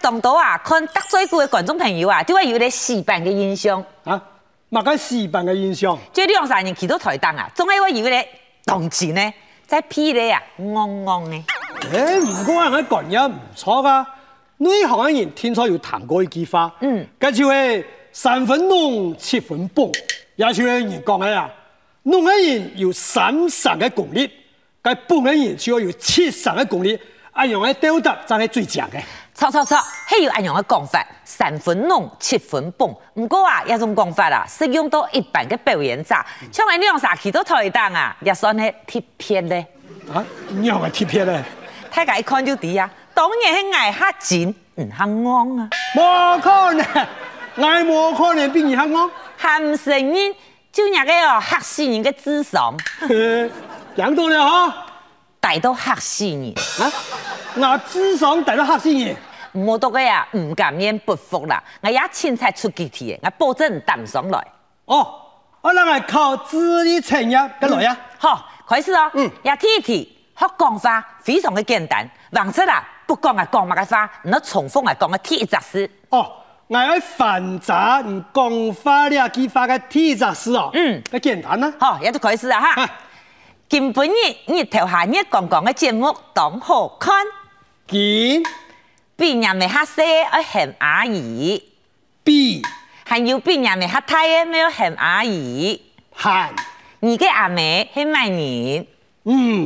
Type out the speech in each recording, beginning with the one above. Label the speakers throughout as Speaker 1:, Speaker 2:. Speaker 1: 当到啊，看得罪过的观众朋友啊，都會有啲示範嘅印象。
Speaker 2: 啊，乜嘅示範嘅現象？
Speaker 1: 即係呢兩三年企到台燈啊，總係會有啲動詞呢，在屁咧啊，昂昂呢。
Speaker 2: 誒，唔過人嘅講嘢唔錯噶，呢行嘅人天才要談過一句話，
Speaker 1: 嗯，
Speaker 2: 佢就係三分弄七分崩，也就係人講嘅啊，弄嘅人有三十嘅功力，佢崩嘅人就要有七十嘅功力，按樣嘅表達真係最強嘅。
Speaker 1: 錯錯錯，係有咁樣嘅講法，三分弄，七分蹦。唔過啊，一種講法啊，適用到一般嘅表演者，像我呢樣啥企到台燈啊，也算係貼片咧。
Speaker 2: 啊，呢樣嘅貼片咧，
Speaker 1: 大家一看就知啊，當然係捱下錢，唔下昂啊。
Speaker 2: 冇可能，嗌冇可能比你黑我。
Speaker 1: 還唔承認，就那個哦嚇死人嘅智商，
Speaker 2: 講到了哈，
Speaker 1: 大到嚇死人，
Speaker 2: 啊，我智商大到嚇死你。
Speaker 1: 我到個呀唔甘願不服啦，我也凊彩出幾天，我保證答唔上來。
Speaker 2: 哦，我那係靠自力產業嘅來呀，
Speaker 1: 好，開始哦。
Speaker 2: 嗯
Speaker 1: 也提一提，學講話非常嘅簡單，橫出啦不講啊講乜嘅話，唔要重複啊講嘅第一雜事。
Speaker 2: 哦，我係繁雜唔講法了，激發嘅體質是哦，
Speaker 1: 嗯，
Speaker 2: 嘅簡單啦。
Speaker 1: 好，也就開始啦哈
Speaker 2: 啊。
Speaker 1: 今本日日頭下日講講嘅節目當好看，
Speaker 2: 見
Speaker 1: 比人哋黑些要嫌阿姨。
Speaker 2: B
Speaker 1: 還有病人的黑太嘅沒有很阿姨，
Speaker 2: 寒，
Speaker 1: 你嘅阿妹去賣人，
Speaker 2: 嗯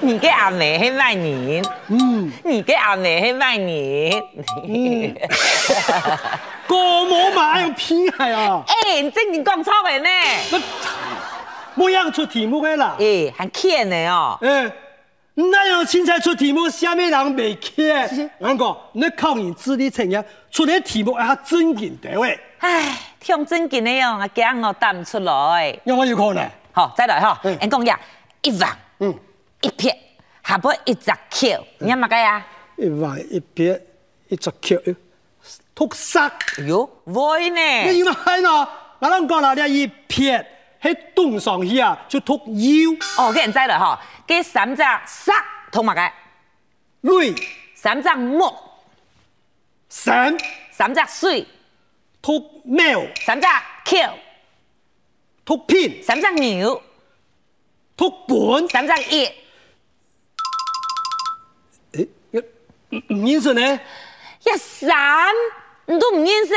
Speaker 1: 你嘅阿妹去賣人，
Speaker 2: 嗯，
Speaker 1: 你嘅阿妹去賣人。
Speaker 2: 過冇嘛用偏係啊，
Speaker 1: 哎、你真係講錯嘅呢？
Speaker 2: 乜冇樣出題目嘅啦
Speaker 1: 哎、，還欠的哦。
Speaker 2: 誒，那樣凊彩出題目，下面人未起。我講，你靠你自力產業出啲題目係較正經地位，
Speaker 1: 唉，聽真哦嘅呢樣，我驚我答唔出來。
Speaker 2: 有冇有可能？
Speaker 1: 好，再來哈，
Speaker 2: 嗯
Speaker 1: 人講呀，一橫
Speaker 2: 嗯。
Speaker 1: 一撇，下尾一隻翹，你乜嘅呀？
Speaker 2: 一橫一撇一隻腳，突殺！
Speaker 1: 哎呦，會
Speaker 2: 你
Speaker 1: 呢？
Speaker 2: 以為係喏？我啷講啦？你一撇喺東上去啊，就突腰
Speaker 1: 哦，嘅人再來哈，嘅三隻殺同埋嘅，
Speaker 2: 累
Speaker 1: 三隻木，
Speaker 2: 神
Speaker 1: 三隻水。
Speaker 2: 突苗
Speaker 1: 三只 Q，
Speaker 2: 突片
Speaker 1: 三只牛，
Speaker 2: 突本。
Speaker 1: 三只一，
Speaker 2: 誒，唔認識呢？
Speaker 1: 一三你都唔認識？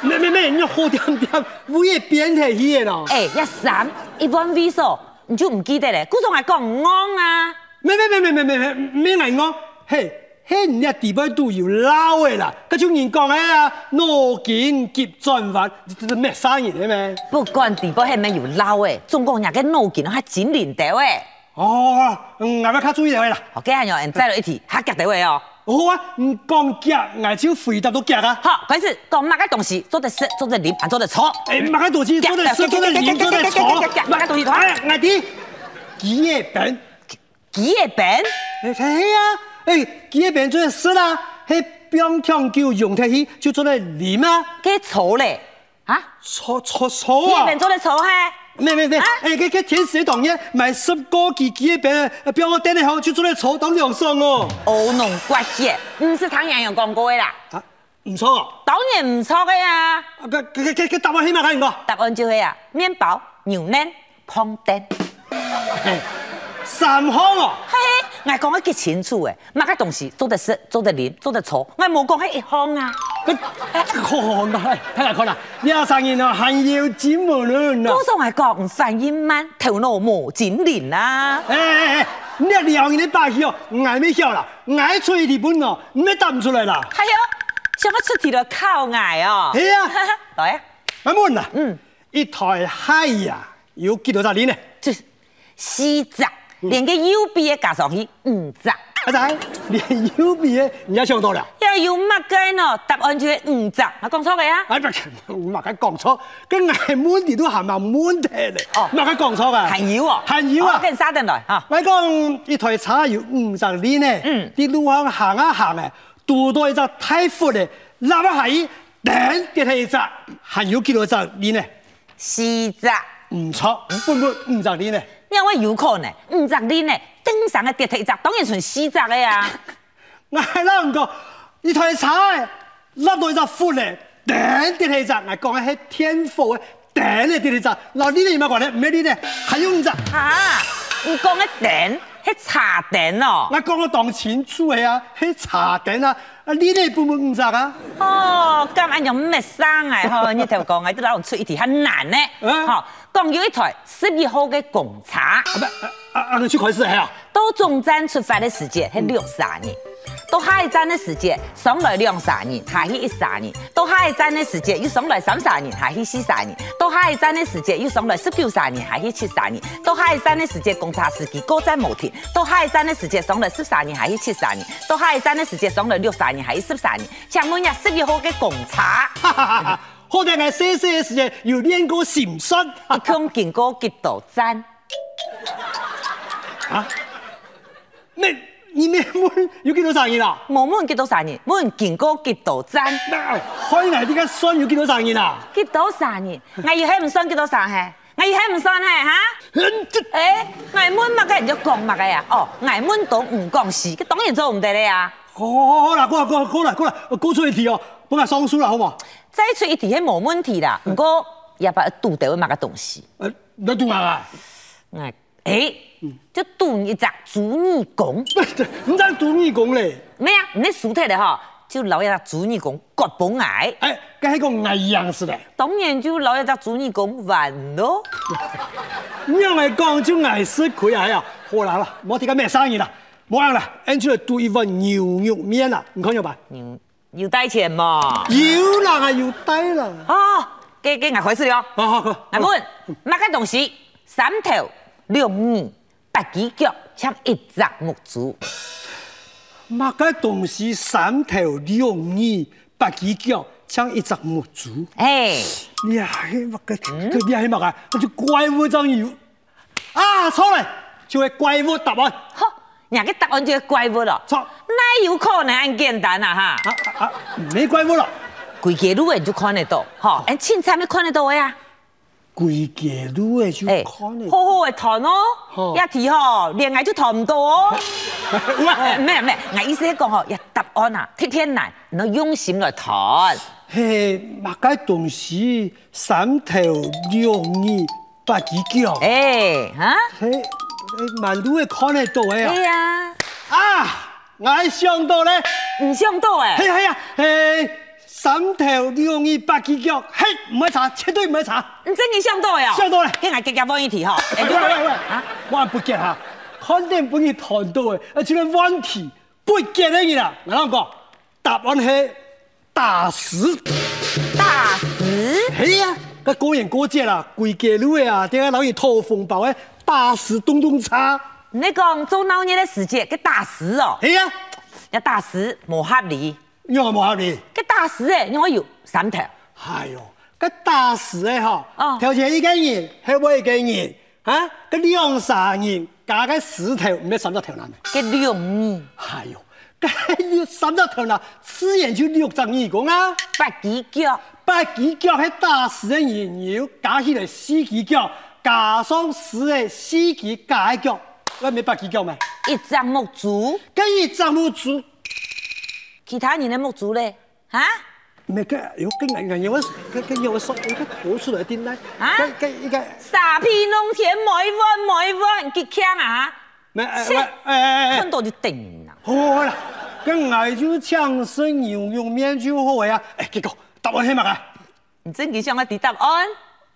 Speaker 2: 咩咩咩？你好點點，我也變態去嘅咯。
Speaker 1: 哎、一三一般 V 數，你就唔記得咧？古總係講昂啊，
Speaker 2: 咩咩咩咩咩咩咩嚟講？嘿，嘿，你啊地方都要撈嘅啦。嗰種人講嘅啊，腦筋急轉彎，這是咩生意嚟咩？
Speaker 1: 不管地步係咪要撈誒，中國人嘅腦筋係真靈到誒。
Speaker 2: 哦，嗯，我要較注意啦。
Speaker 1: 好，今日有人再來一題，客家地位哦。
Speaker 2: 好啊，唔講夾，我只要回答到夾啊。
Speaker 1: 好，開始講乜嘅東西，做得實，做得臉，還做得錯。
Speaker 2: 誒，唔係道歉，做得事，做得臉，做得錯。哎，我啲幾夜餅？
Speaker 1: 幾嘢餅？
Speaker 2: 誒，係啊，誒，幾夜餅做得事啦，喺冰糖叫用得起，就做得臉啊，
Speaker 1: 幾錯咧？啊？
Speaker 2: 錯錯錯
Speaker 1: 幾嘢
Speaker 2: 啊
Speaker 1: 餅！做得錯嘿？
Speaker 2: 咩咩咩？誒，佢佢天時當一買十個幾幾夜餅，俾我頂你好，就做得錯當良心哦。
Speaker 1: 烏龍刮血，唔是唐人有講過嘅啦。
Speaker 2: 啊，唔錯哦，
Speaker 1: 當然唔錯嘅呀、
Speaker 2: 佢佢佢佢答案起碼睇唔過。
Speaker 1: 答案就係啊，麵包、牛腩、胖丁。
Speaker 2: 三項哦。
Speaker 1: 嘿，我講得幾清楚嘅，乜個東西做得實、做得靈、做得錯，我冇講係一項啊。
Speaker 2: 佢看啦，睇下看啦，呢個生意啊，係要姊妹論啊
Speaker 1: 多！數係講反應慢，頭腦冇精靈啊。
Speaker 2: 誒誒誒，你係撩人的把戲哦，捱咩笑啦，捱出一本哦，你答唔出來啦，
Speaker 1: 係啊，想我出題就靠捱哦。
Speaker 2: 係 啊，
Speaker 1: 來啊，
Speaker 2: 我問啦，
Speaker 1: 嗯，
Speaker 2: 一台海呀，有幾多隻鏈呢？
Speaker 1: 就是四隻，連個右邊嘅加上去五隻。
Speaker 2: 阿仔，連右邊的你也想到了，
Speaker 1: 要有乜嘅呢？哦答案就係五隻，我講錯嘅啊。
Speaker 2: 哎不是，唔係佢講錯，佢捱滿地都係咪滿地咧？
Speaker 1: 哦
Speaker 2: 唔係佢講錯啊，
Speaker 1: 係妖啊，
Speaker 2: 係妖啊
Speaker 1: 跟！沙登來啊。
Speaker 2: 我講一台車有五十里呢
Speaker 1: 嗯，
Speaker 2: 啲路行行啊行啊，遇到一隻太闊咧，立一下伊，頂跌下一隻，還有幾多隻里呢？
Speaker 1: 四隻，
Speaker 2: 唔錯，本本五十里呢。
Speaker 1: 因為有可能五隻鏈呢，正常嘅跌鐵隻當然存四隻嘅呀。
Speaker 2: 我係啷個？一台柴立到一只斧嚟，頂跌起隻，我講嘅係天賦嘅頂嚟跌起隻。嗱呢啲唔係講咧，唔係呢啲，係用唔隻。
Speaker 1: 啊，唔講嘅頂，係茶頂哦。
Speaker 2: 我講我當錢出去啊，係茶頂啊，啊呢啲半半五隻啊。
Speaker 1: 哦，咁樣樣咩生啊？嗬，你頭講嘅都老出一題很難呢。
Speaker 2: 嗯
Speaker 1: 嗬，講有一台十二號嘅贡茶。
Speaker 2: 啊不啊啊啊！你去開始係啊？
Speaker 1: 到中站出发的时间是六三年，到下一站的时间上来两三年，下去一三年，到下一站的时间又上来三三年，下去四三年，到下一站的时间又上来十九三年，下去七三年，到下一站的时间公差司机过站无停，到下一站的时间上来十三年，下去七三年，到下一站的时间上来六三年，下去十三年，请问一下十一号嘅公差，
Speaker 2: 哈哈哈哈！ 好在我細細嘅時候有練過閃身。
Speaker 1: 一 共经过几多站？
Speaker 2: 咩？你咩門有幾多生意啦？
Speaker 1: 冇问几多三年，问经过几多站？
Speaker 2: 咩開嚟啲嘅酸有幾多生意啦？
Speaker 1: 几多三年？我要喺唔算几多三嘿？我要喺唔算嘿哈？
Speaker 2: 嗯這
Speaker 1: 诶，我问乜嘅人就讲乜嘅呀？哦，我问到唔讲事，佢当然做唔得啊咧呀。
Speaker 2: 好好好啦，過啦過啦過啦過啦，我高出一題哦，幫我雙輸啦，好唔好？
Speaker 1: 再出一題係冇問題啦，不過也把賭到乜嘅東西，
Speaker 2: 呃，你讀埋啦，
Speaker 1: 哎，诶，就賭一隻主女公，
Speaker 2: 唔使讀你講咧，
Speaker 1: 咩啊呀？你輸脱了嗬，就留一隻主女公割本癌，
Speaker 2: 哎，佢係個藝人是咧，
Speaker 1: 當然就留一隻主女公還咯。
Speaker 2: 你用嚟講就藝師佢係啊，好啦好啦，冇提緊咩生意啦，冇樣啦，俺出嚟讀一份牛肉麵啦，你看有吧？
Speaker 1: 你要帶錢
Speaker 2: 哦
Speaker 1: 嘛？
Speaker 2: 有啦，啊有帶啦，
Speaker 1: 哦，給給我開始了。
Speaker 2: 好好好，
Speaker 1: 阿妹，乜嘅东西？三头六耳八只脚，像一只木柱。
Speaker 2: 乜嘅東西三頭六耳八隻腳，像一隻木豬。
Speaker 1: 哎，
Speaker 2: 你係乜嘅？佢你係乜啊？我就怪物章魚啊！錯嚟，就係怪物答案。
Speaker 1: 呵，人家答案就係怪物咯。
Speaker 2: 錯
Speaker 1: 那有可能很簡單啊哈，
Speaker 2: 啊啊啊！沒怪物啦，
Speaker 1: 规矩路人就看得到，哈，哎，青菜咪看得到的呀。
Speaker 2: 鬼嘅路嘅就
Speaker 1: 哎，
Speaker 2: 嗯看你。
Speaker 1: 好好的談哦
Speaker 2: 哦，
Speaker 1: 一提吼，戀愛就談唔到哦。哎
Speaker 2: 喂，
Speaker 1: 咩咩，我意思係講吼，一答案啊，天天難，你要用心來談。
Speaker 2: 嘿，乜嘅東西三頭六耳八隻腳？
Speaker 1: 哎，哈，
Speaker 2: 嘿，蠻路嘅看得到嘅
Speaker 1: 哎
Speaker 2: 啊！
Speaker 1: 呀，
Speaker 2: 啊，我想到咧，
Speaker 1: 唔想到哎
Speaker 2: 嘿。係啊，嘿，三頭六耳八隻腳，嘿，唔係查，絕對唔係查。
Speaker 1: 你真嘅想到呀？
Speaker 2: 想哎到了
Speaker 1: 跟我加加放一題哈。
Speaker 2: 喂喂喂喂
Speaker 1: 啊，
Speaker 2: 我不見哈，肯定不你談到的，啊而且咧問題不見得你啦。我啷講？答案係打死。
Speaker 1: 大石
Speaker 2: 嘿呀，個過年過節啦，貴街路的啊，點解老是透風暴的打死咚咚叉？
Speaker 1: 你講做鬧熱的時節，個大石哦，
Speaker 2: 嘿呀，
Speaker 1: 要大石冇合理，
Speaker 2: 有冇合理？
Speaker 1: 個大石誒，因為有三條，
Speaker 2: 哎呦，個打死的吼
Speaker 1: 哦，
Speaker 2: 頭前一個人，後尾一個人，啊，個兩三人加個石頭，唔係三十頭難。
Speaker 1: 個兩耳
Speaker 2: 哎呦，個三十頭難，自然就六十二講啊。
Speaker 1: 八隻腳，
Speaker 2: 八隻腳喺打死嘅燃料，加起嚟四隻腳，加上四嘅四隻加一腳，我咪八隻腳咪？
Speaker 1: 一隻木柱，
Speaker 2: 跟住站唔住，
Speaker 1: 其他人的木柱咧，啊？
Speaker 2: 咪跟有跟人有我跟跟有我手，我跟攞出來點咧？
Speaker 1: 啊
Speaker 2: 跟跟一個
Speaker 1: 傻皮弄田每彎每彎，佢強啊！
Speaker 2: 咪誒
Speaker 1: 切
Speaker 2: 喂誒誒
Speaker 1: 看
Speaker 2: 誒，
Speaker 1: 到就定啦。
Speaker 2: 好啦，跟矮就槍聲牛肉麵就好呀。誒結果答案係乜啊？
Speaker 1: 你真嘅想我啲答案？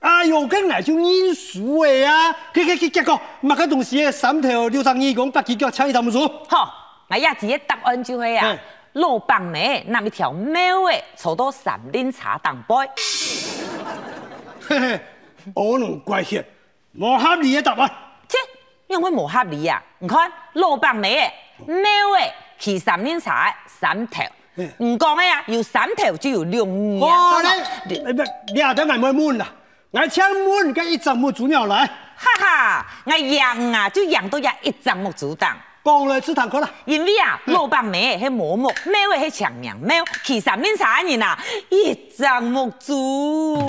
Speaker 2: 哎呦，跟矮就認輸嘅呀！結結結結果，乜嘅東西三條六十二講八隻腳，差一站唔住。
Speaker 1: 好，我也只一答案就係啊
Speaker 2: 嗯，
Speaker 1: 老板呢，那一條貓诶，坐到三輪茶當杯。
Speaker 2: 嘿嘿，我能怪些，冇合理嘅答案。
Speaker 1: 切，因為冇合理啊！你看老板呢，貓诶，去三輪茶三條
Speaker 2: 嗯，
Speaker 1: 唔講嘅啊，有三條就有兩耳啊
Speaker 2: 我咧，你你你下底咪冇悶啦，我請悶嘅一陣冇主要嚟，
Speaker 1: 哈哈，我養啊，就養到一一隻木竹檔。
Speaker 2: 講嚟吃堂課啦。
Speaker 1: 因為啊，
Speaker 2: 嗯
Speaker 1: 老板妹係摸木，貓係長命貓，其實面啥人啊？一張木竹。